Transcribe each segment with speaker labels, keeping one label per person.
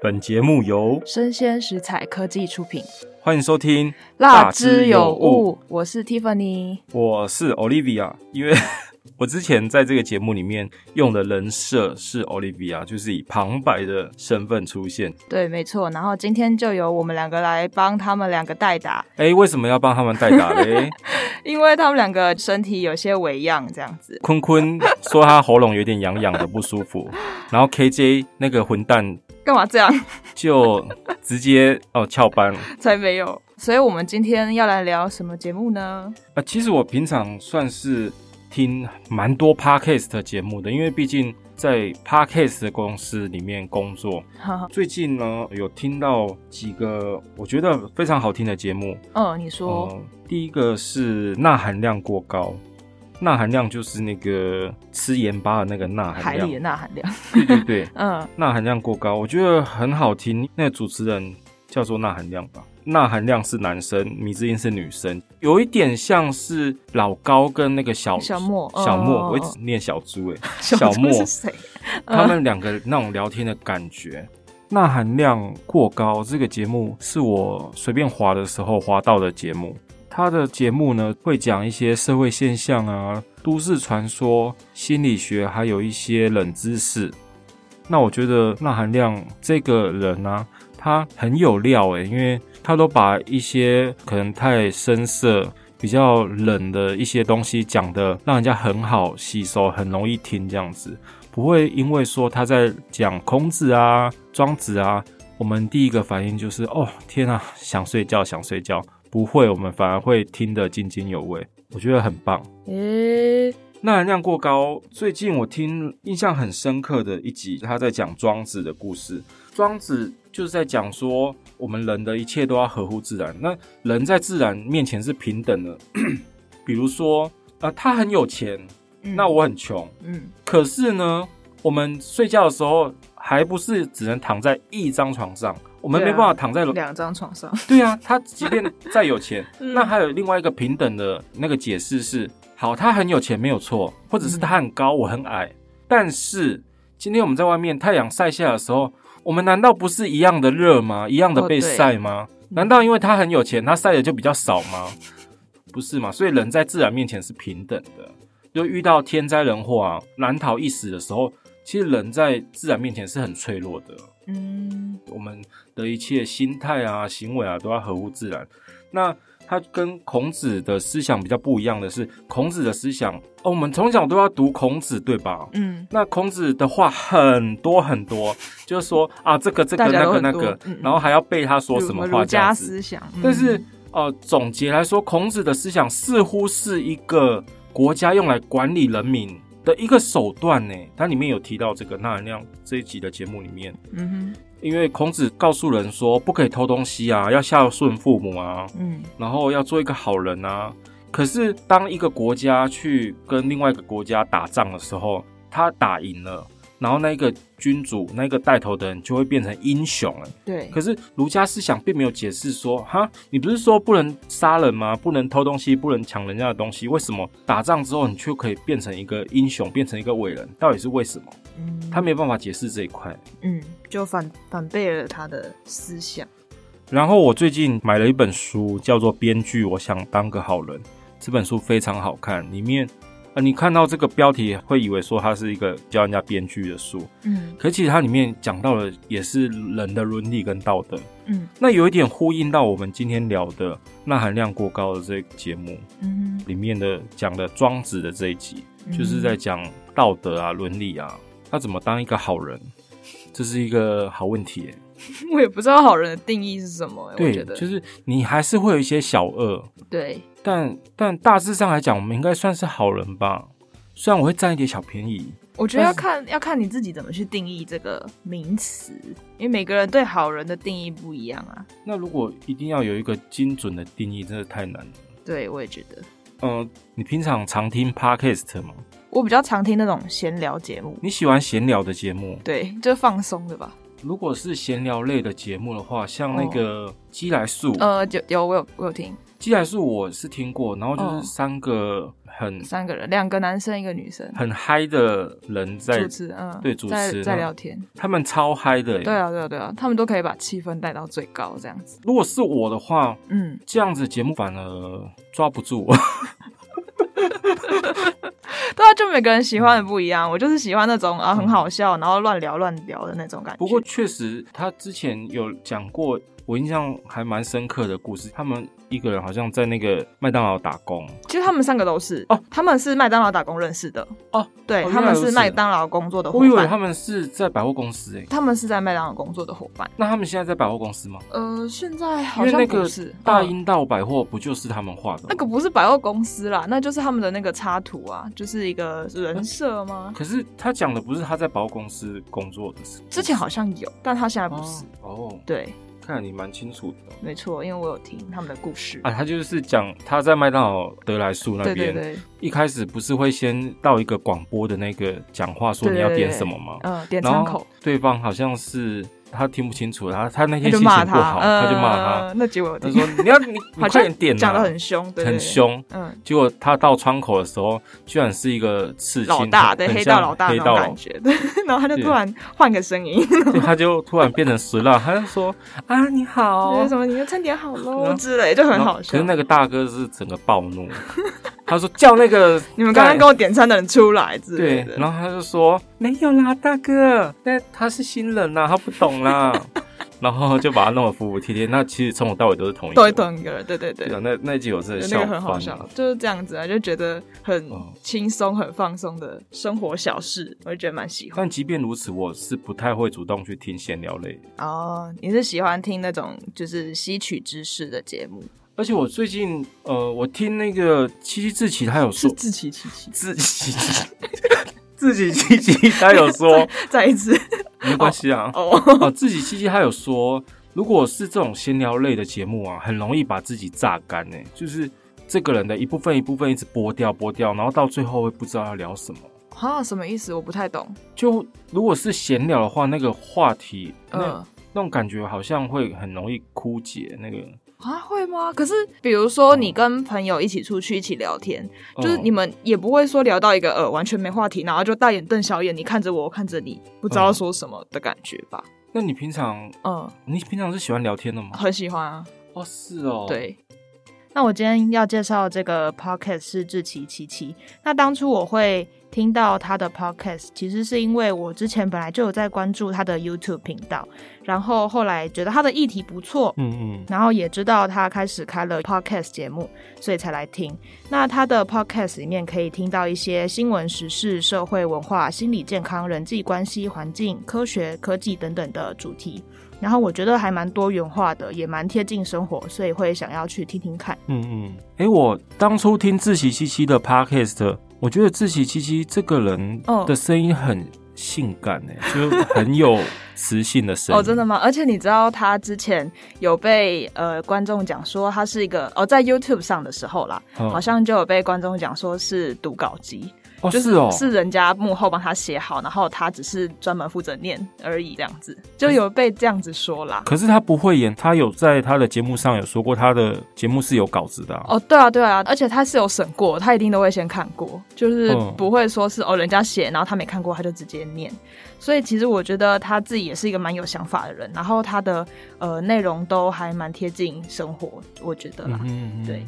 Speaker 1: 本节目由
Speaker 2: 生鲜食材科技出品，
Speaker 1: 欢迎收听，
Speaker 2: 辣之有物，我是 Tiffany。
Speaker 1: 我是 Olivia，因为 我之前在这个节目里面用的人设是 Olivia，就是以旁白的身份出现。
Speaker 2: 对，没错。然后今天就由我们两个来帮他们两个代打，
Speaker 1: 哎，为什么要帮他们代打嘞？
Speaker 2: 因为他们两个身体有些违恙，这样子。
Speaker 1: 坤坤说他喉咙有点痒痒的不舒服，然后 KJ 那个混蛋
Speaker 2: 干嘛这样？
Speaker 1: 就直接哦翘班了。
Speaker 2: 才没有。所以我们今天要来聊什么节目呢？
Speaker 1: 啊，其实我平常算是听蛮多 podcast 的节目的，因为毕竟在 podcast 的公司里面工作。最近呢，有听到几个我觉得非常好听的节目。
Speaker 2: 嗯，你说，
Speaker 1: 呃第一个是钠含量过高，钠含量就是那个吃盐巴的那个钠含
Speaker 2: 海里的
Speaker 1: 量，
Speaker 2: 钠含量。
Speaker 1: 对对对，
Speaker 2: 嗯，
Speaker 1: 钠含量过高，我觉得很好听。那个主持人叫做钠含量吧，钠含量是男生，米之音是女生，有一点像是老高跟那个小
Speaker 2: 小莫
Speaker 1: 哦小莫，
Speaker 2: 嗯嗯嗯
Speaker 1: 我一直念小猪哎、
Speaker 2: 小
Speaker 1: 莫
Speaker 2: 莫是谁？
Speaker 1: 他们两个那种聊天的感觉。钠含量过高这个节目是我随便滑的时候滑到的节目。他的节目呢会讲一些社会现象啊、都市传说、心理学，还有一些冷知识。那我觉得钠含量这个人呢、他很有料欸诶、因为他都把一些可能太深色、比较冷的一些东西讲的，让人家很好吸收，很容易听这样子。不会因为说他在讲孔子啊、庄子啊，我们第一个反应就是哦天啊，想睡觉想睡觉。不会，我们反而会听得津津有味，我觉得很棒。
Speaker 2: 诶、
Speaker 1: 钠含量过高，最近我听印象很深刻的一集，他在讲庄子的故事。庄子就是在讲说，我们人的一切都要合乎自然。那人在自然面前是平等的， 比如说，呃，他很有钱，
Speaker 2: 嗯
Speaker 1: 那，我很穷，
Speaker 2: 嗯，
Speaker 1: 可是呢，我们睡觉的时候还不是只能躺在一张床上，我们没
Speaker 2: 对啊
Speaker 1: 办法躺在
Speaker 2: 两张床上，
Speaker 1: 对啊，他即便再有钱，
Speaker 2: 嗯
Speaker 1: 那还有另外一个平等的那个解释是：好，他很有钱没有错，或者是
Speaker 2: 嗯
Speaker 1: 他很高，我很矮。但是今天我们在外面太阳晒下的时候，我们难道不是一样的热吗？一样的
Speaker 2: 哦
Speaker 1: 被
Speaker 2: 对
Speaker 1: 晒吗？难道因为他很有钱，他晒的就比较少吗？不是嘛？所以人在自然面前是平等的。就遇到天灾人祸啊，难逃一死的时候，其实人在自然面前是很脆弱的。
Speaker 2: 嗯，
Speaker 1: 我们的一切心态啊、行为啊，都要合乎自然。那他跟孔子的思想比较不一样的是，孔子的思想哦，我们从小都要读孔子，对吧？
Speaker 2: 嗯，
Speaker 1: 那孔子的话很多很多，就是说啊，这个这个
Speaker 2: 大家
Speaker 1: 那
Speaker 2: 都
Speaker 1: 个
Speaker 2: 很
Speaker 1: 那
Speaker 2: 多
Speaker 1: 个
Speaker 2: 嗯嗯，
Speaker 1: 然后还要背他说
Speaker 2: 儒
Speaker 1: 什么话
Speaker 2: 儒
Speaker 1: 这样
Speaker 2: 家
Speaker 1: 子。
Speaker 2: 思想，嗯
Speaker 1: 但是呃，总结来说，孔子的思想似乎是一个国家用来管理人民的一个手段呢。它里面有提到这个纳兰亮这一集的节目里面，
Speaker 2: 嗯
Speaker 1: 因为孔子告诉人说，不可以偷东西啊，要孝顺父母啊，
Speaker 2: 哼，嗯，
Speaker 1: 然后要做一个好人啊。可是当一个国家去跟另外一个国家打仗的时候，他打赢了，然后那一个君主、那一个带头的人就会变成英雄了。
Speaker 2: 对，
Speaker 1: 可是儒家思想并没有解释说，哈，你不是说不能杀人吗？不能偷东西，不能抢人家的东西，为什么打仗之后你却可以变成一个英雄，变成一个伟人？到底是为什么？
Speaker 2: 嗯
Speaker 1: 他没办法解释这一块。
Speaker 2: 嗯，就反反背了他的思想。
Speaker 1: 然后我最近买了一本书，叫做《编剧我想当个好人》。这本书非常好看，里面啊、呃你看到这个标题会以为说它是一个教人家编剧的书，
Speaker 2: 嗯
Speaker 1: 可其实它里面讲到的也是人的伦理跟道德。
Speaker 2: 嗯
Speaker 1: 那有一点呼应到我们今天聊的钠含量过高的这个节目
Speaker 2: 嗯
Speaker 1: 里面的讲的庄子的这一集，
Speaker 2: 哼，
Speaker 1: 就是在讲道德啊、伦理啊，要怎么当一个好人，这是一个好问题耶、
Speaker 2: 嗯我也不知道好人的定义是什么、欸，我
Speaker 1: 对
Speaker 2: 觉，得
Speaker 1: 就是你还是会有一些小恶，
Speaker 2: 对，
Speaker 1: 但但大致上来讲，我们应该算是好人吧。虽然我会占一点小便宜，
Speaker 2: 我觉得要
Speaker 1: 但是
Speaker 2: 看要看你自己怎么去定义这个名词，因为每个人对好人的定义不一样啊。
Speaker 1: 那如果一定要有一个精准的定义，真的太难了。
Speaker 2: 对，我也觉得，
Speaker 1: 嗯、你平常常听 podcast 吗？
Speaker 2: 我比较常听那种闲聊节目，
Speaker 1: 你喜欢闲聊的节目？
Speaker 2: 对，就放松的吧。
Speaker 1: 如果是闲聊类的节目的话，像
Speaker 2: 哦
Speaker 1: 那个鸡来素，
Speaker 2: 呃，有有我有我有听
Speaker 1: 鸡来素我是听过，然后就
Speaker 2: 哦
Speaker 1: 是三个很
Speaker 2: 三个人，两个男生一个女生
Speaker 1: 很嗨的人在
Speaker 2: 主，持，嗯，
Speaker 1: 对主
Speaker 2: 在
Speaker 1: 持
Speaker 2: 在
Speaker 1: 那
Speaker 2: 聊天，
Speaker 1: 他们超嗨的耶。
Speaker 2: 对啊对啊对啊，他们都可以把气氛带到最高这样子，
Speaker 1: 如果是我的话，
Speaker 2: 嗯，
Speaker 1: 这样子节目反而抓不住我。
Speaker 2: 对啊，就每个人喜欢的不一样，我就是喜欢那种啊很好笑，然后乱聊乱聊的那种感觉。
Speaker 1: 不过确实，他之前有讲过，我印象还蛮深刻的故事。他们一个人好像在那个麦当劳打工，
Speaker 2: 其实他们三个都是
Speaker 1: 哦，
Speaker 2: 他们是麦当劳打工认识的
Speaker 1: 哦，
Speaker 2: 对
Speaker 1: 哦原
Speaker 2: 他
Speaker 1: 来
Speaker 2: 们
Speaker 1: 如
Speaker 2: 是
Speaker 1: 此
Speaker 2: 麦当劳工作的伙
Speaker 1: 我以为
Speaker 2: 伴，
Speaker 1: 他们是在百货公司诶、
Speaker 2: 他们是在麦当劳工作的伙伴。
Speaker 1: 那他们现在在百货公司吗？
Speaker 2: 呃，现在
Speaker 1: 因
Speaker 2: 好
Speaker 1: 为
Speaker 2: 像
Speaker 1: 那
Speaker 2: 不
Speaker 1: 个
Speaker 2: 是
Speaker 1: 大
Speaker 2: 嗯
Speaker 1: 英道百货不就是他们画的吗？
Speaker 2: 那个不是百货公司啦，那就是他们的那个插图啊，就是一个人设吗？
Speaker 1: 可是他讲的不是他在百货公司工作的事，
Speaker 2: 之前好像有，但他现在不
Speaker 1: 哦
Speaker 2: 是。
Speaker 1: 哦，
Speaker 2: 对，
Speaker 1: 看来你蛮清楚的哦
Speaker 2: 没错，因为我有听他们的故事。
Speaker 1: 啊。他就是讲他在麦当劳德莱素那
Speaker 2: 对
Speaker 1: 边，
Speaker 2: 对对，
Speaker 1: 一开始不是会先到一个广播的那个讲话说
Speaker 2: 对
Speaker 1: 你要
Speaker 2: 对
Speaker 1: 点
Speaker 2: 对
Speaker 1: 什么吗？
Speaker 2: 嗯，点
Speaker 1: 然
Speaker 2: 餐
Speaker 1: 后
Speaker 2: 口，
Speaker 1: 对方好像是他听不清楚，他他那
Speaker 2: 他
Speaker 1: 天
Speaker 2: 就
Speaker 1: 心情
Speaker 2: 骂
Speaker 1: 不好，
Speaker 2: 嗯
Speaker 1: 他就骂他，
Speaker 2: 嗯那结果我
Speaker 1: 他
Speaker 2: 听
Speaker 1: 说你要你你
Speaker 2: 好
Speaker 1: 快
Speaker 2: 像
Speaker 1: 点点啊，
Speaker 2: 讲的很凶，对，对
Speaker 1: 很。凶。
Speaker 2: 对嗯，
Speaker 1: 结果他到窗口的时候，居然是一个刺青
Speaker 2: 老大对
Speaker 1: 很
Speaker 2: 黑道
Speaker 1: 像
Speaker 2: 老大
Speaker 1: 黑
Speaker 2: 那种
Speaker 1: 道
Speaker 2: 感觉， 对，然后他就
Speaker 1: 对
Speaker 2: 突然换个声音，
Speaker 1: 对他就突然变成石蜡，他就说啊你好
Speaker 2: 就是，什么你的餐点好
Speaker 1: 然
Speaker 2: 喽
Speaker 1: 后
Speaker 2: 之类，就很
Speaker 1: 然后
Speaker 2: 好
Speaker 1: 可
Speaker 2: 笑
Speaker 1: 是。那个大哥是整个暴怒，他说叫那个
Speaker 2: 你们刚刚
Speaker 1: 在
Speaker 2: 跟我点餐的人出来之类
Speaker 1: 对，
Speaker 2: 的，
Speaker 1: 然后他就说没有啦，大哥，但他是新人啦，他不懂啦， 然后就把他弄得服服帖帖。那其实从头到尾都是同一个
Speaker 2: 对
Speaker 1: 人，
Speaker 2: 同一个人，对对对
Speaker 1: 对啊，那那一集我真的
Speaker 2: 对
Speaker 1: 笑
Speaker 2: 那个
Speaker 1: 翻
Speaker 2: 很好笑
Speaker 1: 了，，
Speaker 2: 就是这样子啊，就觉得很
Speaker 1: 哦
Speaker 2: 轻松、很放松的生活小事，我就觉得蛮喜欢。
Speaker 1: 但即便如此，我是不太会主动去听闲聊类的，
Speaker 2: 哦，你是喜欢听那种就是吸取知识的节目？
Speaker 1: 而且我最近呃，我听那个七七志奇，他有
Speaker 2: 是
Speaker 1: 说
Speaker 2: 自欺欺欺，
Speaker 1: 自己 自己七七，他有说
Speaker 2: 再 一次
Speaker 1: 没关系啊，
Speaker 2: 哦，
Speaker 1: 哦，自己七七他有说，如果是这种闲聊类的节目啊，很容易把自己榨干呢、欸就是这个人的一部分一部分一直剥掉剥掉，然后到最后会不知道要聊什么。
Speaker 2: 啊，什么意思？我不太懂。
Speaker 1: 就如果是闲聊的话，那个话题，那、
Speaker 2: 嗯，
Speaker 1: 那种感觉好像会很容易枯竭。那个
Speaker 2: 啊，会吗？可是比如说你跟朋友一起出去一起聊天，就是你
Speaker 1: 们
Speaker 2: 们也不会说聊到一个呃完全没话题，然后就大眼瞪小眼，你看着我，我看着你，不知道
Speaker 1: 嗯哦
Speaker 2: 说什么的感觉吧？
Speaker 1: 那你平常
Speaker 2: 嗯，
Speaker 1: 你平常是喜欢聊天的吗？
Speaker 2: 很喜欢啊。
Speaker 1: 哦，是哦，，
Speaker 2: 对。那我今天要介绍的这个 podcast 是志奇七七。那当初我会听到他的 podcast，其实是因为我之前本来就有在关注他的 YouTube 频道，然后后来觉得他的议题不错，
Speaker 1: 嗯嗯，
Speaker 2: 然后也知道他开始开了 podcast 节目，所以才来听。那他的 podcast 里面可以听到一些新闻、时事、社会、文化、心理健康、人际关系、环境、科学、科技等等的主题。然后我觉得还蛮多元化的，也蛮贴近生活，所以会想要去听听看。
Speaker 1: 嗯嗯，哎、我当初听自喜七七的 podcast，我觉得自喜七七这个人
Speaker 2: 哦
Speaker 1: 的声音很性感、欸，就是很有磁性的声音。
Speaker 2: 哦，真的吗？而且你知道他之前有被呃观众讲说他是一个哦，在 YouTube 上的时候啦，
Speaker 1: 嗯
Speaker 2: 好像就有被观众讲说是读稿机，
Speaker 1: 哦，
Speaker 2: 就是
Speaker 1: 哦，
Speaker 2: 是人家幕后帮他写好，然后他只是专门负责念而已，这样子就有被这样子说啦。
Speaker 1: 可是他不会演，他有在他的节目上有说过，他的节目是有稿子的、啊。
Speaker 2: 哦，对啊，对啊，而且他是有审过，他一定都会先看过，就是
Speaker 1: 嗯
Speaker 2: 不会说是哦人家写，然后他没看过他就直接念。所以其实我觉得他自己也是一个蛮有想法的人，然后他的呃内容都还蛮贴近生活，我觉得啦
Speaker 1: 嗯。嗯嗯
Speaker 2: 对。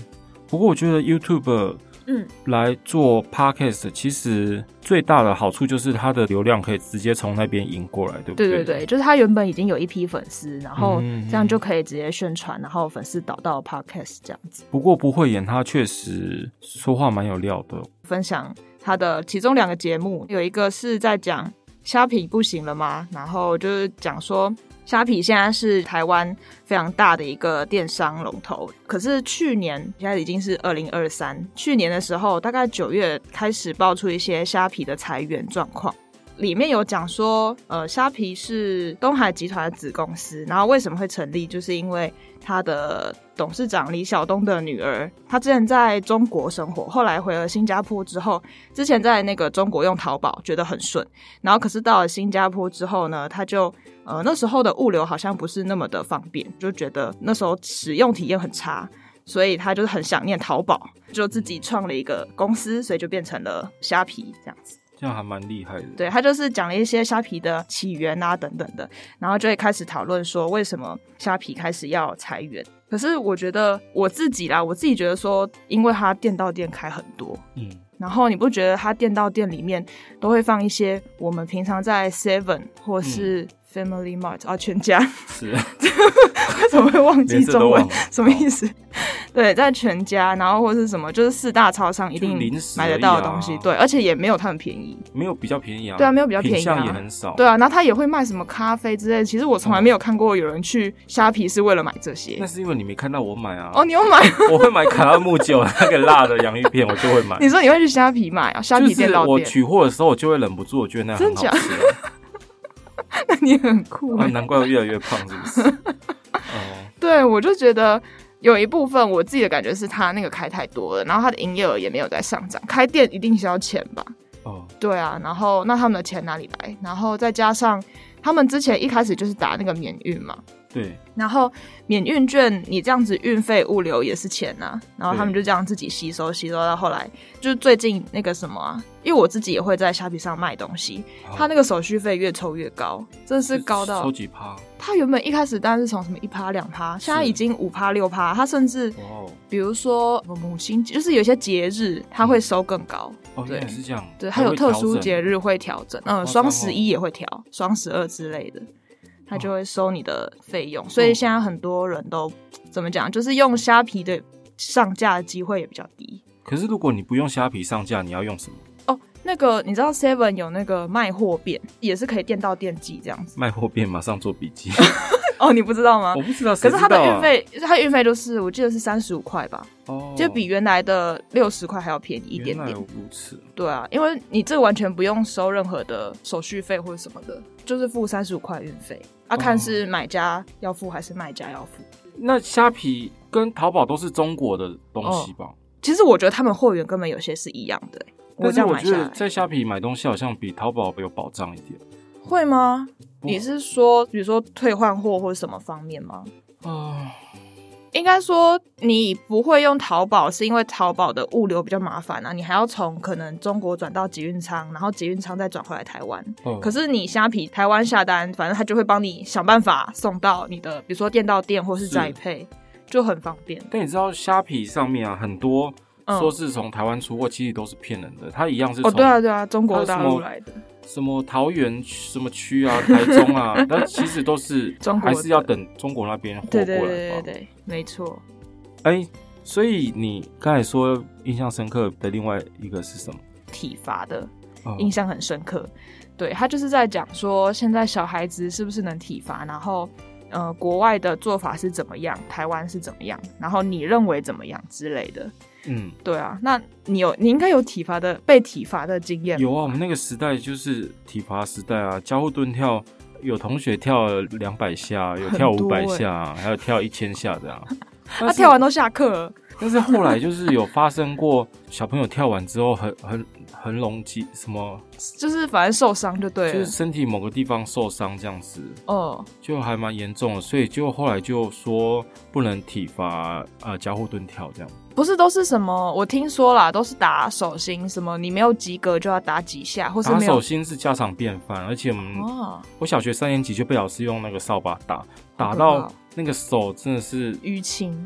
Speaker 1: 不过我觉得 YouTube
Speaker 2: 嗯
Speaker 1: 来做 podcast，其实最大的好处就是它的流量可以直接从那边引过来，对不
Speaker 2: 对
Speaker 1: 对
Speaker 2: 对对，就是他原本已经有一批粉丝，然后
Speaker 1: 嗯嗯嗯
Speaker 2: 这样就可以直接宣传，然后粉丝导到 podcast 这样子。
Speaker 1: 不过不会演，他确实说话蛮有料的。
Speaker 2: 分享他的其中两个节目，有一个是在讲虾皮不行了吗？然后就是讲说虾皮现在是台湾非常大的一个电商龙头，可是去年现在已经是二零二三，去年的时候大概九月开始爆出一些虾皮的裁员状况。里面有讲说，呃，虾皮是东海集团的子公司，然后为什么会成立，就是因为他的董事长李晓东的女儿，她之前在中国生活，后来回了新加坡之后，之前在那个中国用淘宝觉得很顺，然后可是到了新加坡之后呢，他就呃那时候的物流好像不是那么的方便，就觉得那时候使用体验很差，所以他就是很想念淘宝，就自己创了一个公司，所以就变成了虾皮这样子。
Speaker 1: 这样还蛮厉害的。
Speaker 2: 对他就是讲了一些虾皮的起源啊等等的，然后就会开始讨论说为什么虾皮开始要裁员。可是我觉得我自己啦，我自己觉得说，因为它店到店开很多，
Speaker 1: 嗯，
Speaker 2: 然后你不觉得它店到店里面都会放一些我们平常在 Seven
Speaker 1: 嗯
Speaker 2: 或是 Family Mart、啊全家，
Speaker 1: 是
Speaker 2: 为什么会忘记
Speaker 1: 连这都
Speaker 2: 中文
Speaker 1: 忘了？哦
Speaker 2: 什么意思？对，在全家，然后或是什么，就是四大超商一定
Speaker 1: 就零食而已啊
Speaker 2: 买得到的东西，对，而且也没有他们便宜。
Speaker 1: 没有比较便宜啊。
Speaker 2: 对啊没有比较便宜啊
Speaker 1: 品相也很少。
Speaker 2: 对啊，然后他也会卖什么咖啡之类的。其实我从来没有看过有人去虾皮是为了买这些
Speaker 1: 嗯那。是因为你没看到我买啊。
Speaker 2: 哦，你有买？
Speaker 1: 我会买卡拉木酒那个辣的洋芋片，我就会 买。
Speaker 2: 你说你会去虾皮买啊？虾
Speaker 1: 就
Speaker 2: 皮店
Speaker 1: 是
Speaker 2: 到
Speaker 1: 我
Speaker 2: 店，
Speaker 1: 取货的时候，我就会忍不住，我觉得那很好吃、啊。
Speaker 2: 那你很酷
Speaker 1: 啊
Speaker 2: 欸。
Speaker 1: 难怪我越来越胖，是不 是？哦，
Speaker 2: 对，我就觉得有一部分我自己的感觉是他那个开太多了，然后他的营业额也没有在上涨。开店一定是要钱吧？
Speaker 1: 哦，
Speaker 2: 对啊，然后那他们的钱哪里来？然后再加上他们之前一开始就是打那个免运嘛，
Speaker 1: 对，
Speaker 2: 然后免运券，你这样子运费、物流也是钱呐、然后他们就这样自己吸收，吸收到后来，就是最近那个什么啊，因为我自己也会在虾皮上卖东西，他那个手续费越抽越高，真的是高
Speaker 1: 超
Speaker 2: 到
Speaker 1: 级趴，
Speaker 2: 他原本一开始单是从什么一趴两趴，现在已经五趴六趴，他甚至
Speaker 1: 哇哦，
Speaker 2: 比如说母亲，就是有些节日他会收更高，
Speaker 1: 哦，
Speaker 2: 对
Speaker 1: 原来是这样，
Speaker 2: 对，还
Speaker 1: 还
Speaker 2: 有
Speaker 1: 会
Speaker 2: 特
Speaker 1: 调
Speaker 2: 殊
Speaker 1: 整
Speaker 2: 节日会调整，嗯，
Speaker 1: 哦
Speaker 2: 双十一也会调，双十二之类的，他就会收你的费用。所以现在很多人都怎么讲，就是用虾皮的上架的机会也比较低。
Speaker 1: 可是如果你不用虾皮上架，你要用什么？
Speaker 2: 哦，那个你知道 Seven 有那个卖货变，也是可以店到店寄这样子。
Speaker 1: 卖货变马上做笔 记。
Speaker 2: 哦，你不知道吗
Speaker 1: 我？不知道，谁
Speaker 2: 可是
Speaker 1: 知
Speaker 2: 它
Speaker 1: 道
Speaker 2: 的
Speaker 1: 啊
Speaker 2: 运费，它运费就是我记得是三十五块吧，
Speaker 1: 哦，
Speaker 2: 就比原来的六十块还要便宜一点
Speaker 1: 原来
Speaker 2: 点。
Speaker 1: 如此，
Speaker 2: 对啊，因为你这完全不用收任何的手续费或者什么的，就是付三十五块运费。啊，
Speaker 1: 哦
Speaker 2: 看是买家要付还是卖家要付。
Speaker 1: 那虾皮跟淘宝都是中国的东西吧？
Speaker 2: 其实我觉得他们货源根本有些是一样的、欸
Speaker 1: 但
Speaker 2: 这
Speaker 1: 是
Speaker 2: 样
Speaker 1: 我
Speaker 2: 买
Speaker 1: 觉
Speaker 2: 下
Speaker 1: 得
Speaker 2: 来
Speaker 1: 在虾皮买东西好像比淘宝有保障一点
Speaker 2: 会吗？
Speaker 1: 不
Speaker 2: 你是说，比如说退换货或者什么方面吗？
Speaker 1: 啊。
Speaker 2: 应该说你不会用淘宝，是因为淘宝的物流比较麻烦啊，你还要从可能中国转到集运仓，然后集运仓再转回来台湾。
Speaker 1: 哦
Speaker 2: 可是你虾皮台湾下单，反正他就会帮你想办法送到你的，比如说店到店或是宅配，就很方便。
Speaker 1: 但你知道虾皮上面啊，很多
Speaker 2: 嗯
Speaker 1: 说是从台湾出货，其实都是骗人的。它一样是
Speaker 2: 哦，
Speaker 1: 从
Speaker 2: 对啊，对啊，中国大
Speaker 1: 还有什
Speaker 2: 陆
Speaker 1: 么
Speaker 2: 来的，
Speaker 1: 什么桃园什么区啊、台中 啊，但其实都是
Speaker 2: 中国
Speaker 1: 还
Speaker 2: 的
Speaker 1: 是要等中国那边货过
Speaker 2: 对
Speaker 1: 来
Speaker 2: 对对对对
Speaker 1: 吧。
Speaker 2: 对，没错。
Speaker 1: 哎，所以你刚才说印象深刻的另外一个是什么？
Speaker 2: 体罚的
Speaker 1: 哦
Speaker 2: 印象很深刻，对他就是在讲说，现在小孩子是不是能体罚，然后呃，国外的做法是怎么样，台湾是怎么样，然后你认为怎么样之类的。
Speaker 1: 嗯，
Speaker 2: 对啊，那你有你应该有体罚的被体罚的经验吧，
Speaker 1: 有啊，我们那个时代就是体罚时代啊，交互蹲跳，有同学跳了两百下，有跳五
Speaker 2: 很多
Speaker 1: 百
Speaker 2: 欸
Speaker 1: 下啊，还有跳一千下这 样。
Speaker 2: 他、
Speaker 1: 但是
Speaker 2: 跳完都下课了。
Speaker 1: 但是后来就是有发生过小朋友跳完之后很很很容肌什么，
Speaker 2: 就是反正受伤就对啊
Speaker 1: 就
Speaker 2: 了
Speaker 1: 是。身体某个地方受伤这样子，
Speaker 2: 哦，
Speaker 1: 就还蛮严重的，所以就后来就说不能体罚呃交互蹲跳这样。
Speaker 2: 不是都是什么？我听说啦，都是打手心，什么你没有及格就要打几下，或是
Speaker 1: 打
Speaker 2: 没有
Speaker 1: 手心是家常便饭，而且我们、
Speaker 2: 哦，
Speaker 1: 我小学三年级就被老师用那个扫把打，打
Speaker 2: 可
Speaker 1: 到
Speaker 2: 怕哦
Speaker 1: 那个手真的是
Speaker 2: 淤青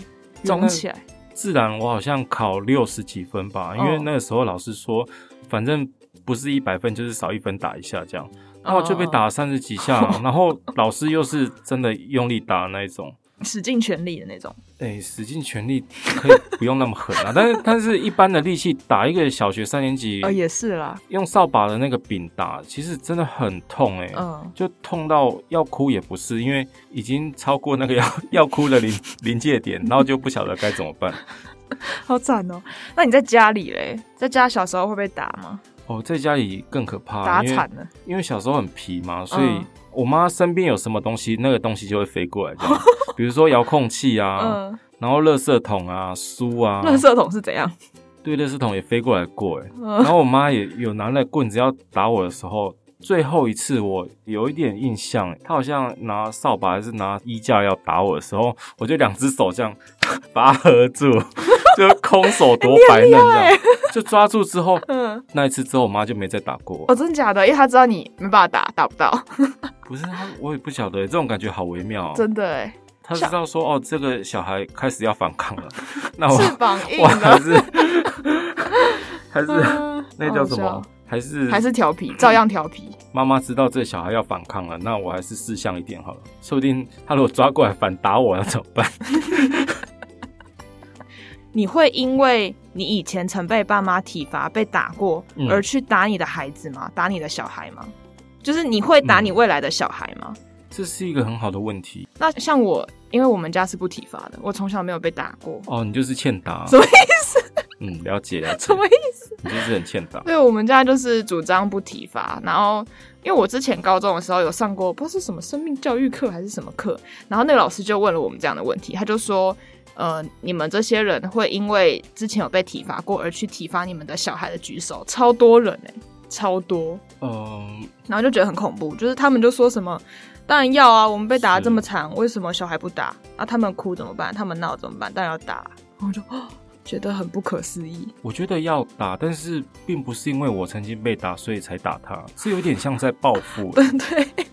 Speaker 2: 肿起来。
Speaker 1: 自然我好像考六十几分吧，因为
Speaker 2: 哦
Speaker 1: 那个时候老师说，反正不是一百分就是少一分打一下这样，然后
Speaker 2: 哦
Speaker 1: 就被打三十几 下，然后老师又是真的用力打那一种，
Speaker 2: 使尽全力的那种。
Speaker 1: 哎、使尽全力可以不用那么狠啊， 但是但是一般的力气打一个小学三年级
Speaker 2: 哦，也是啦，
Speaker 1: 用扫把的那个柄打，其实真的很痛哎、
Speaker 2: 嗯，
Speaker 1: 就痛到要哭也不是，因为已经超过那个要 要哭的临临界点，然后就不晓得该怎么办。
Speaker 2: 好惨哦。那你在家里嘞？在家小时候会被打吗？
Speaker 1: 哦，在家里更可怕，
Speaker 2: 打
Speaker 1: 因为
Speaker 2: 惨了。
Speaker 1: 啊因为小时候很皮嘛，所以
Speaker 2: 嗯
Speaker 1: 我妈身边有什么东西，那个东西就会飞过来， 这样，比如说遥控器啊，
Speaker 2: 嗯，
Speaker 1: 然后垃圾桶啊、书啊，
Speaker 2: 垃圾桶是怎样？
Speaker 1: 对，垃圾桶也飞过来过，哎，然
Speaker 2: 嗯
Speaker 1: 后我妈也有拿那棍子要打我的时候，最后一次我有一点印象，欸她好像拿扫把还是拿衣架要打我的时候，我就两只手这样把她合住，就是空手夺白嫩这
Speaker 2: 欸
Speaker 1: 样，就抓住之后，
Speaker 2: 嗯，
Speaker 1: 那一次之后，我妈就没再打过我。
Speaker 2: 哦，真的假的？因为他知道你没办法打，打不到，
Speaker 1: 哦不是她，我也不晓得，这种感觉好微妙、哦。
Speaker 2: 真的 哎，
Speaker 1: 她知道说，哦，这个小孩开始要反抗 了，那哦我
Speaker 2: 翅膀硬
Speaker 1: 我还
Speaker 2: 了，
Speaker 1: 是 还是
Speaker 2: 嗯
Speaker 1: 那叫什？
Speaker 2: 好
Speaker 1: 么
Speaker 2: 好笑？
Speaker 1: 还是
Speaker 2: 还是调皮，照样调皮。
Speaker 1: 妈妈知道这小孩要反抗了，那我还是识相一点好了，说不定他如果抓过来反打我，那怎么办？
Speaker 2: 你会因为你以前曾被爸妈体罚、被打过，
Speaker 1: 嗯
Speaker 2: 而去打你的孩子吗？打你的小孩吗？就是你会打你未来的小孩吗？
Speaker 1: 这是一个很好的问题
Speaker 2: 那像我，因为我们家是不体罚的，我从小没有被打过。
Speaker 1: 哦，你就是欠打，
Speaker 2: 什么
Speaker 1: 意思？嗯，了解了解
Speaker 2: 什，么意思？
Speaker 1: 你就是很欠打。
Speaker 2: 对我们家就是主张不体罚，然后因为我之前高中的时候有上过不知道是什么生命教育课还是什么课，然后那个老师就问了我们这样的问题，他就说，呃，你们这些人会因为之前有被体罚过而去体罚你们的小孩的举手，超多人哎、超多，
Speaker 1: 嗯，
Speaker 2: 然后就觉得很恐怖，就是他们就说什么。当然要啊！我们被打得这么惨，为什么小孩不打？啊，他们哭怎么办？他们闹怎么办？当然要打啊。然后我就、哦、觉得很不可思 议。
Speaker 1: 我觉得要打，但是并不是因为我曾经被打所以才打他，是有点像在报复。
Speaker 2: 对 对，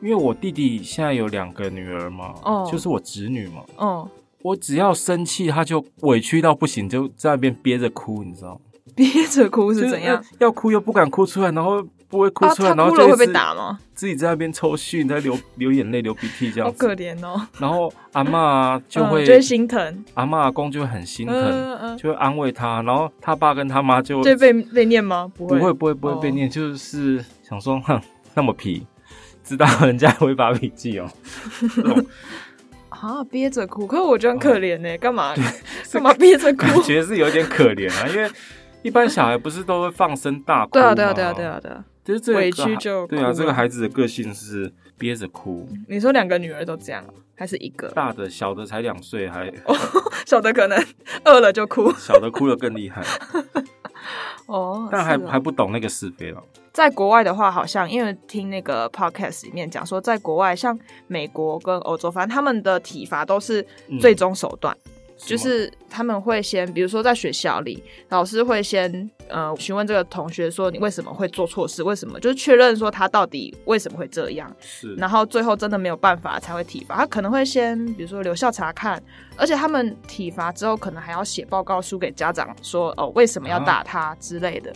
Speaker 1: 因为我弟弟现在有两个女儿嘛，
Speaker 2: 哦
Speaker 1: 就是我侄女嘛，
Speaker 2: 哦、
Speaker 1: 我只要生气，他就委屈到不行，就在那边憋着哭，你知道吗？
Speaker 2: 憋着哭是 怎样
Speaker 1: 就？是要哭又不敢哭出来，然后不会哭出来，
Speaker 2: 啊、
Speaker 1: 然
Speaker 2: 他
Speaker 1: 后
Speaker 2: 哭
Speaker 1: 就
Speaker 2: 了
Speaker 1: 一
Speaker 2: 会被
Speaker 1: 直
Speaker 2: 打吗？
Speaker 1: 自己在那边抽搐，在流流眼泪、流鼻涕这
Speaker 2: 好
Speaker 1: 样
Speaker 2: 可
Speaker 1: 子。
Speaker 2: 怜哦，
Speaker 1: 然后阿嬷啊就会，
Speaker 2: 嗯就会心疼，
Speaker 1: 阿嬷阿公就会很心疼，
Speaker 2: 嗯嗯嗯，
Speaker 1: 就会安慰他。然后他爸跟他妈就
Speaker 2: 就被哦被念吗？不
Speaker 1: 不
Speaker 2: 会，
Speaker 1: 会不会不会被念，就是想说，哼，那么皮，知道人家会发脾气哦。这种
Speaker 2: 啊，憋着哭，可是我觉得很可怜呢、干嘛 干嘛憋着哭？
Speaker 1: 哦 感觉是有点可怜啊，因为一般小孩不是都会放声大哭 哦
Speaker 2: 对啊
Speaker 1: 吗
Speaker 2: 对啊对啊对啊对啊，
Speaker 1: 就是这个
Speaker 2: 委屈就
Speaker 1: 对啊，
Speaker 2: 哭
Speaker 1: 这个
Speaker 2: 了
Speaker 1: 孩子的个性是憋着哭，
Speaker 2: 你说两个女儿都这样啊，还是一个
Speaker 1: 大的小的才两岁，还
Speaker 2: 哦小的可能 饿了就哭
Speaker 1: 小的哭的更厉 害，
Speaker 2: 啊哦，
Speaker 1: 但还
Speaker 2: 是哦
Speaker 1: 还不懂那个是非哦了。
Speaker 2: 在国外的话，好像因为听那个 podcast 里面讲说，在国外像美国跟欧洲，反正他们的体罚都是
Speaker 1: 嗯
Speaker 2: 最终手段。
Speaker 1: 什
Speaker 2: 就
Speaker 1: 么
Speaker 2: 是他们会先，比如说在学校里，老师会先呃询问这个同学说你为什么会做错事，为什么，就是确认说他到底为什么会这样，
Speaker 1: 是
Speaker 2: 然后最后真的没有办法才会体罚。他可能会先比如说留校查看，而且他们体罚之后可能还要写报告书给家长说哦为什么要
Speaker 1: 啊
Speaker 2: 打他之类的。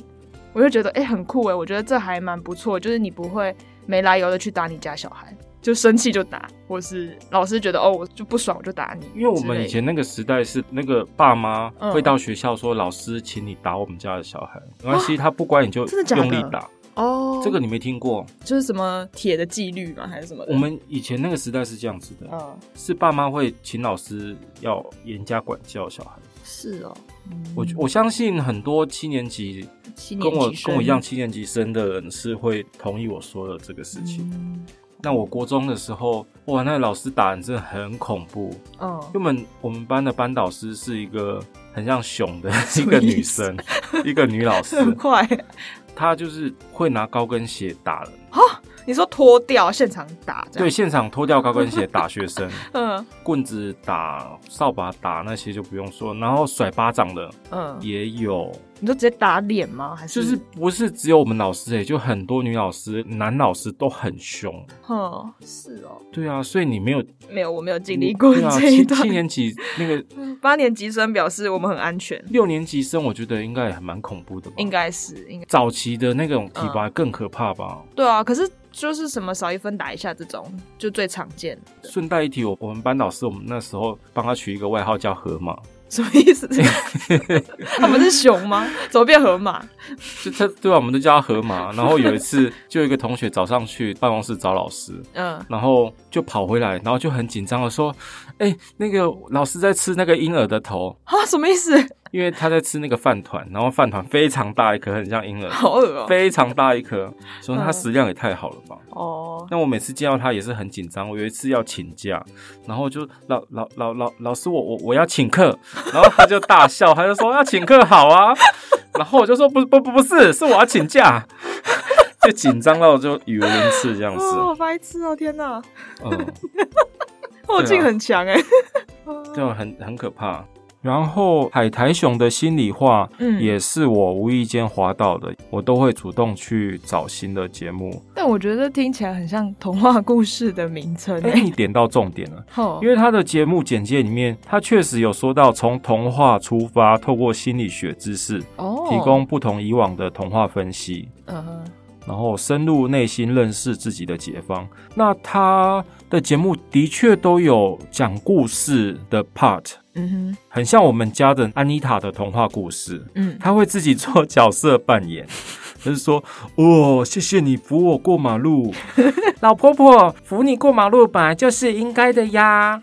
Speaker 2: 我就觉得哎、诶很酷哎，我觉得这还蛮不错，就是你不会没来由的去打你家小孩。就生气就打，或是老师觉得哦，我就不爽，我就打你之类的。
Speaker 1: 因为我们以前那个时代是那个爸妈
Speaker 2: 嗯
Speaker 1: 会到学校说：“老师，请你打我们家的小孩，没关系，他不乖你就
Speaker 2: 哦真的假的
Speaker 1: 用力打。
Speaker 2: 哦”，
Speaker 1: 这个你没听过？
Speaker 2: 就是什么铁的纪律嘛，还是什么的？
Speaker 1: 我们以前那个时代是这样子的，
Speaker 2: 嗯，
Speaker 1: 是爸妈会请老师要严加管教小孩。
Speaker 2: 是哦，
Speaker 1: 我我相信很多七年级
Speaker 2: 七
Speaker 1: 跟
Speaker 2: 年
Speaker 1: 我
Speaker 2: 级生
Speaker 1: 跟我一样七年级生的人是会同意我说的这个事情。
Speaker 2: 嗯
Speaker 1: 那我国中的时候，哇，那老师打人真的很恐怖。
Speaker 2: 嗯
Speaker 1: 因为我们我们班的班导师是一个很像熊的
Speaker 2: 什
Speaker 1: 一
Speaker 2: 么
Speaker 1: 个
Speaker 2: 意
Speaker 1: 女
Speaker 2: 思
Speaker 1: 生，一个女老 师，
Speaker 2: 很快。
Speaker 1: 她就是会拿高跟鞋打人，
Speaker 2: 你说脱掉现场打这
Speaker 1: 对，
Speaker 2: 样？
Speaker 1: 现场脱掉高跟鞋打学生，
Speaker 2: 嗯
Speaker 1: 棍子打、扫把打那些就不用说，然后甩巴掌的
Speaker 2: 嗯，
Speaker 1: 也有，
Speaker 2: 你说直接打脸吗？还
Speaker 1: 就是是不是只有我们老师诶、欸就很多女老师、男老师都很凶。
Speaker 2: 嗯是哦，
Speaker 1: 对啊，所以你没有
Speaker 2: 没有，我没有经历过
Speaker 1: 对啊，
Speaker 2: 这一
Speaker 1: 七
Speaker 2: 段
Speaker 1: 七。年级那 个
Speaker 2: 八年级生表示我们很安全，
Speaker 1: 六年级生，我觉得应该也还蛮恐怖的吧。
Speaker 2: 应该嗯是应该
Speaker 1: 早期的那种体罚更可怕吧？
Speaker 2: 对啊。可是就是什么少一分打一下这种，就最常见的。
Speaker 1: 顺带一提，我我们班导师，我们那时候帮他取一个外号叫河马，
Speaker 2: 什么 意思？他不是熊吗？怎么变河马？
Speaker 1: 就他对啊吧、我们都叫他河 马。然后有一次，就有一个同学早上去办公室找老师，
Speaker 2: 嗯，
Speaker 1: 然后就跑回来，然后就很紧张的说：“哎、那个老师在吃那个婴儿的头。
Speaker 2: 啊，什么意思？”
Speaker 1: 因为他在吃那个饭团，然后饭团非常大一颗，很像婴 儿，
Speaker 2: 好恶哦、
Speaker 1: 非常大一颗，所以他食量也太好了吧。
Speaker 2: 哦，
Speaker 1: 但我每次见到他也是很紧张，我有一次要请假，然后就老老老老老师我我我要请客，然后他就大笑，他就说要请客好啊， 然后我就说不不不不是，是我要请假， 就紧张到就语无伦次这样子，
Speaker 2: 哦，好白痴哦！天哪，
Speaker 1: 嗯，
Speaker 2: 后劲很强哎。
Speaker 1: 就啊很很可怕。然后海苔熊的心里话，
Speaker 2: 嗯
Speaker 1: 也是我无意间滑到的，我都会主动去找新的节目。
Speaker 2: 但我觉得听起来很像童话故事的名称
Speaker 1: 哎、
Speaker 2: 哎。
Speaker 1: 你点到重点了。
Speaker 2: 哦
Speaker 1: 因为他的节目简介里面，他确实有说到从童话出发，透过心理学知识
Speaker 2: 哦
Speaker 1: 提供不同以往的童话分析，
Speaker 2: 嗯哼
Speaker 1: 然后深入内心认识自己的解放。那他的节目的确都有讲故事的 part，
Speaker 2: 嗯哼
Speaker 1: 很像我们家的安妮塔的童话故事，
Speaker 2: 嗯
Speaker 1: 他会自己做角色扮演。 就是说，哦，谢谢你扶我过马路， 老婆婆扶你过马路本来就是应该的呀。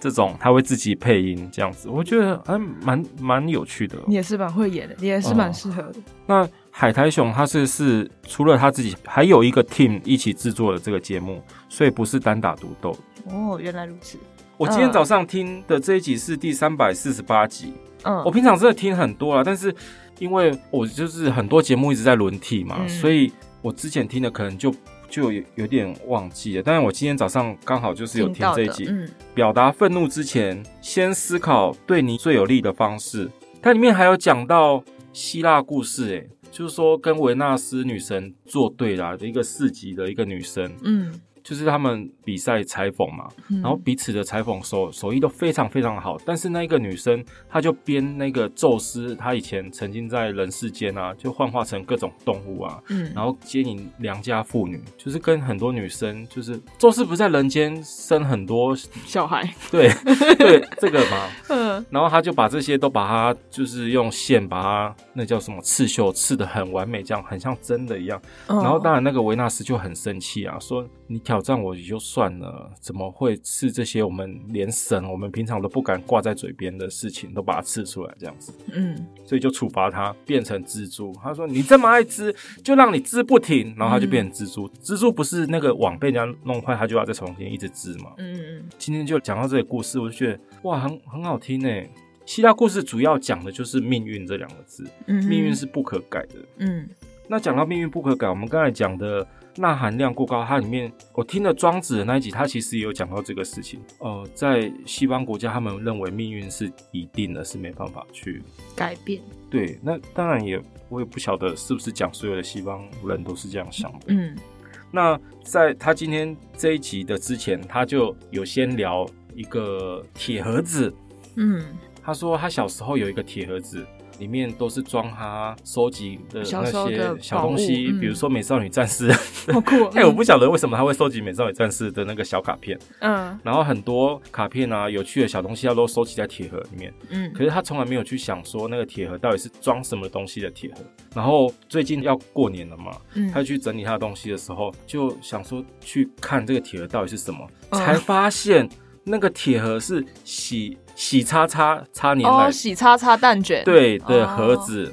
Speaker 1: 这种他会自己配音这样子，我觉得还蛮蛮有趣的。哦
Speaker 2: 你也是蛮会演的，你也是蛮适合的。
Speaker 1: 那海苔熊他是是除了他自己，还有一个 team 一起制作的这个节目，所以不是单打独斗。
Speaker 2: 哦，原来如此。
Speaker 1: 我今天
Speaker 2: 嗯
Speaker 1: 早上听的这一集是第三百四十八集，
Speaker 2: 嗯
Speaker 1: 我平常真的听很多啦，但是因为我就是很多节目一直在轮替嘛，
Speaker 2: 嗯
Speaker 1: 所以我之前听的可能就就有有点忘记了。但是我今天早上刚好就是有听
Speaker 2: 到
Speaker 1: 这
Speaker 2: 的
Speaker 1: 一集，
Speaker 2: 嗯
Speaker 1: 表达愤怒之前，先思考对你最有利的方式。它里面还有讲到希腊故事、欸，就是说跟维纳斯女神作对啦的一个四级的一个女生，
Speaker 2: 嗯，
Speaker 1: 就是他们比赛裁缝嘛，
Speaker 2: 嗯
Speaker 1: 然后彼此的裁缝手手艺都非常非常好，但是那一个女生，她就编那个宙斯，她以前曾经在人世间啊，就幻化成各种动物啊，
Speaker 2: 嗯
Speaker 1: 然后接引良家妇女，就是跟很多女生，就是宙斯不是在人间生很多，
Speaker 2: 小孩，
Speaker 1: 对对这个嘛，
Speaker 2: 嗯
Speaker 1: 然后他就把这些都把它就是用线把它那叫什么刺绣刺的很完美，这样很像真的一样。 然后当然那个维纳斯就很生气啊，说你挑战我也就算了，怎么会刺这些我们连神我们平常都不敢挂在嘴边的事情，都把它刺出来这样子，
Speaker 2: 嗯
Speaker 1: 所以就处罚他变成蜘蛛。他说你这么爱织，就让你织不停，然后他就变成蜘蛛。蜘蛛不是那个网被人家弄坏，他就要再重新一直织嘛。
Speaker 2: 嗯
Speaker 1: 今天就讲到这个故事，我就觉得哇，很很好听诶。希腊故事主要讲的就是命运这两个字，
Speaker 2: 嗯
Speaker 1: 命运是不可改的。
Speaker 2: 嗯
Speaker 1: 那讲到命运不可改，我们刚才讲的钠含量过高，它里面我听了庄子的那一集，它其实也有讲到这个事情。呃，在西方国家，他们认为命运是一定的，是没办法去
Speaker 2: 改变，
Speaker 1: 对。那当然也，我也不晓得是不是讲所有的西方人都是这样想的。
Speaker 2: 嗯
Speaker 1: 那在他今天这一集的之前，他就有先聊一个铁盒子，
Speaker 2: 嗯，
Speaker 1: 他说他小时候有一个铁盒子，里面都是装他收集的
Speaker 2: 小时
Speaker 1: 那
Speaker 2: 候
Speaker 1: 些
Speaker 2: 的
Speaker 1: 小东西，
Speaker 2: 宝物嗯
Speaker 1: 比如说美少女战士。
Speaker 2: 好酷哦。
Speaker 1: 哎、我不晓得为什么他会收集美少女战士的那个小卡片，
Speaker 2: 嗯
Speaker 1: 然后很多卡片啊、有趣的小东西，他都收集在铁盒里面。
Speaker 2: 嗯
Speaker 1: 可是他从来没有去想说那个铁盒到底是装什么东西的铁盒。然后最近要过年了嘛，
Speaker 2: 嗯
Speaker 1: 他去整理他的东西的时候，就想说去看这个铁盒到底是什么，
Speaker 2: 嗯
Speaker 1: 才发现那个铁盒是洗洗叉叉叉年奶
Speaker 2: 哦，喜叉叉蛋卷，
Speaker 1: 对的
Speaker 2: 哦
Speaker 1: 盒 子。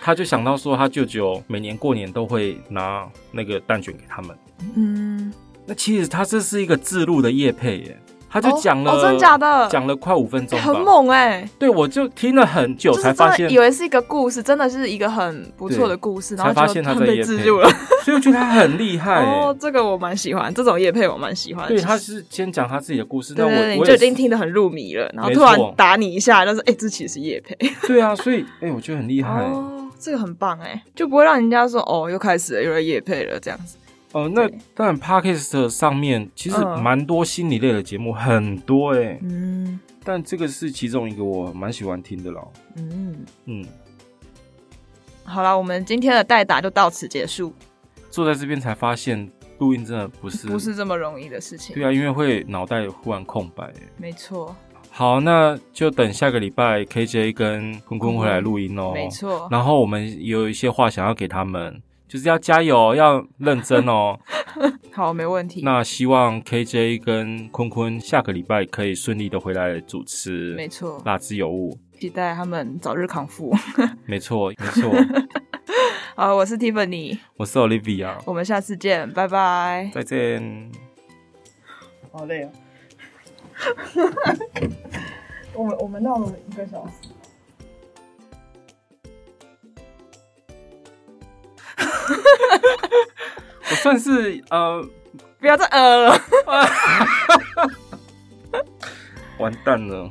Speaker 1: 他就想到说，他舅舅每年过年都会拿那个蛋卷给他们。
Speaker 2: 嗯，
Speaker 1: 那其实他这是一个自录的业配耶，他就讲了，
Speaker 2: 哦哦真假的
Speaker 1: 讲了快五分钟吧，
Speaker 2: 很猛哎，
Speaker 1: 对，我就听了很久
Speaker 2: 就是
Speaker 1: 才
Speaker 2: 真
Speaker 1: 发
Speaker 2: 的
Speaker 1: 现，
Speaker 2: 以为是一个故事，真的是一个很不错的故事，然
Speaker 1: 才
Speaker 2: 后
Speaker 1: 发
Speaker 2: 就
Speaker 1: 现他
Speaker 2: 它
Speaker 1: 在
Speaker 2: 被
Speaker 1: 夜配
Speaker 2: 植入了。，
Speaker 1: 所以我觉得他很厉害耶。
Speaker 2: 哦，这个我蛮喜欢，这种叶配我蛮喜欢。
Speaker 1: 对，
Speaker 2: 其实
Speaker 1: 他是先讲他自己的故事，
Speaker 2: 对
Speaker 1: 那我
Speaker 2: 对对，
Speaker 1: 我
Speaker 2: 你
Speaker 1: 也
Speaker 2: 就是已经听得很入迷了，然后
Speaker 1: 没
Speaker 2: 突
Speaker 1: 错
Speaker 2: 然打你一下，但是哎，这其实是叶配。
Speaker 1: 对啊，所以哎、我觉得很厉害。哦、
Speaker 2: 哦，这个很棒哎，就不会让人家说哦，又开始了，又来叶配了这样子。
Speaker 1: 哦那
Speaker 2: 对
Speaker 1: 当然 p o d c a s t 上面其实
Speaker 2: 嗯
Speaker 1: 蛮多心理类的节目，很多哎、
Speaker 2: 嗯
Speaker 1: 但这个是其中一个我蛮喜欢听的啦。
Speaker 2: 嗯，
Speaker 1: 嗯，
Speaker 2: 好啦，我们今天的代打就到此结束，
Speaker 1: 坐在这边才发现录音真的不是
Speaker 2: 不是这么容易的事情。
Speaker 1: 对啊，因为会脑袋忽然空白耶。
Speaker 2: 没错，
Speaker 1: 好，那就等下个礼拜 KJ 跟坤坤回来录音哦。
Speaker 2: 没错。
Speaker 1: 然后我们也有一些话想要给他们，就是要加油，要认真 哦。
Speaker 2: 好，没问题。
Speaker 1: 那希望 KJ 跟坤坤下个礼拜可以顺利的回来主持
Speaker 2: 没错
Speaker 1: 《辣之有物》。
Speaker 2: 期待他们早日康复。
Speaker 1: 没错，没 错。
Speaker 2: 好，我是 Tiffany，
Speaker 1: 我是 Olivia，
Speaker 2: 我们下次见，拜拜。
Speaker 1: 再见。
Speaker 2: 好累哦。 我们我们闹了一个小时。
Speaker 1: 我算是呃，
Speaker 2: 不要再呃了。
Speaker 1: 完蛋了。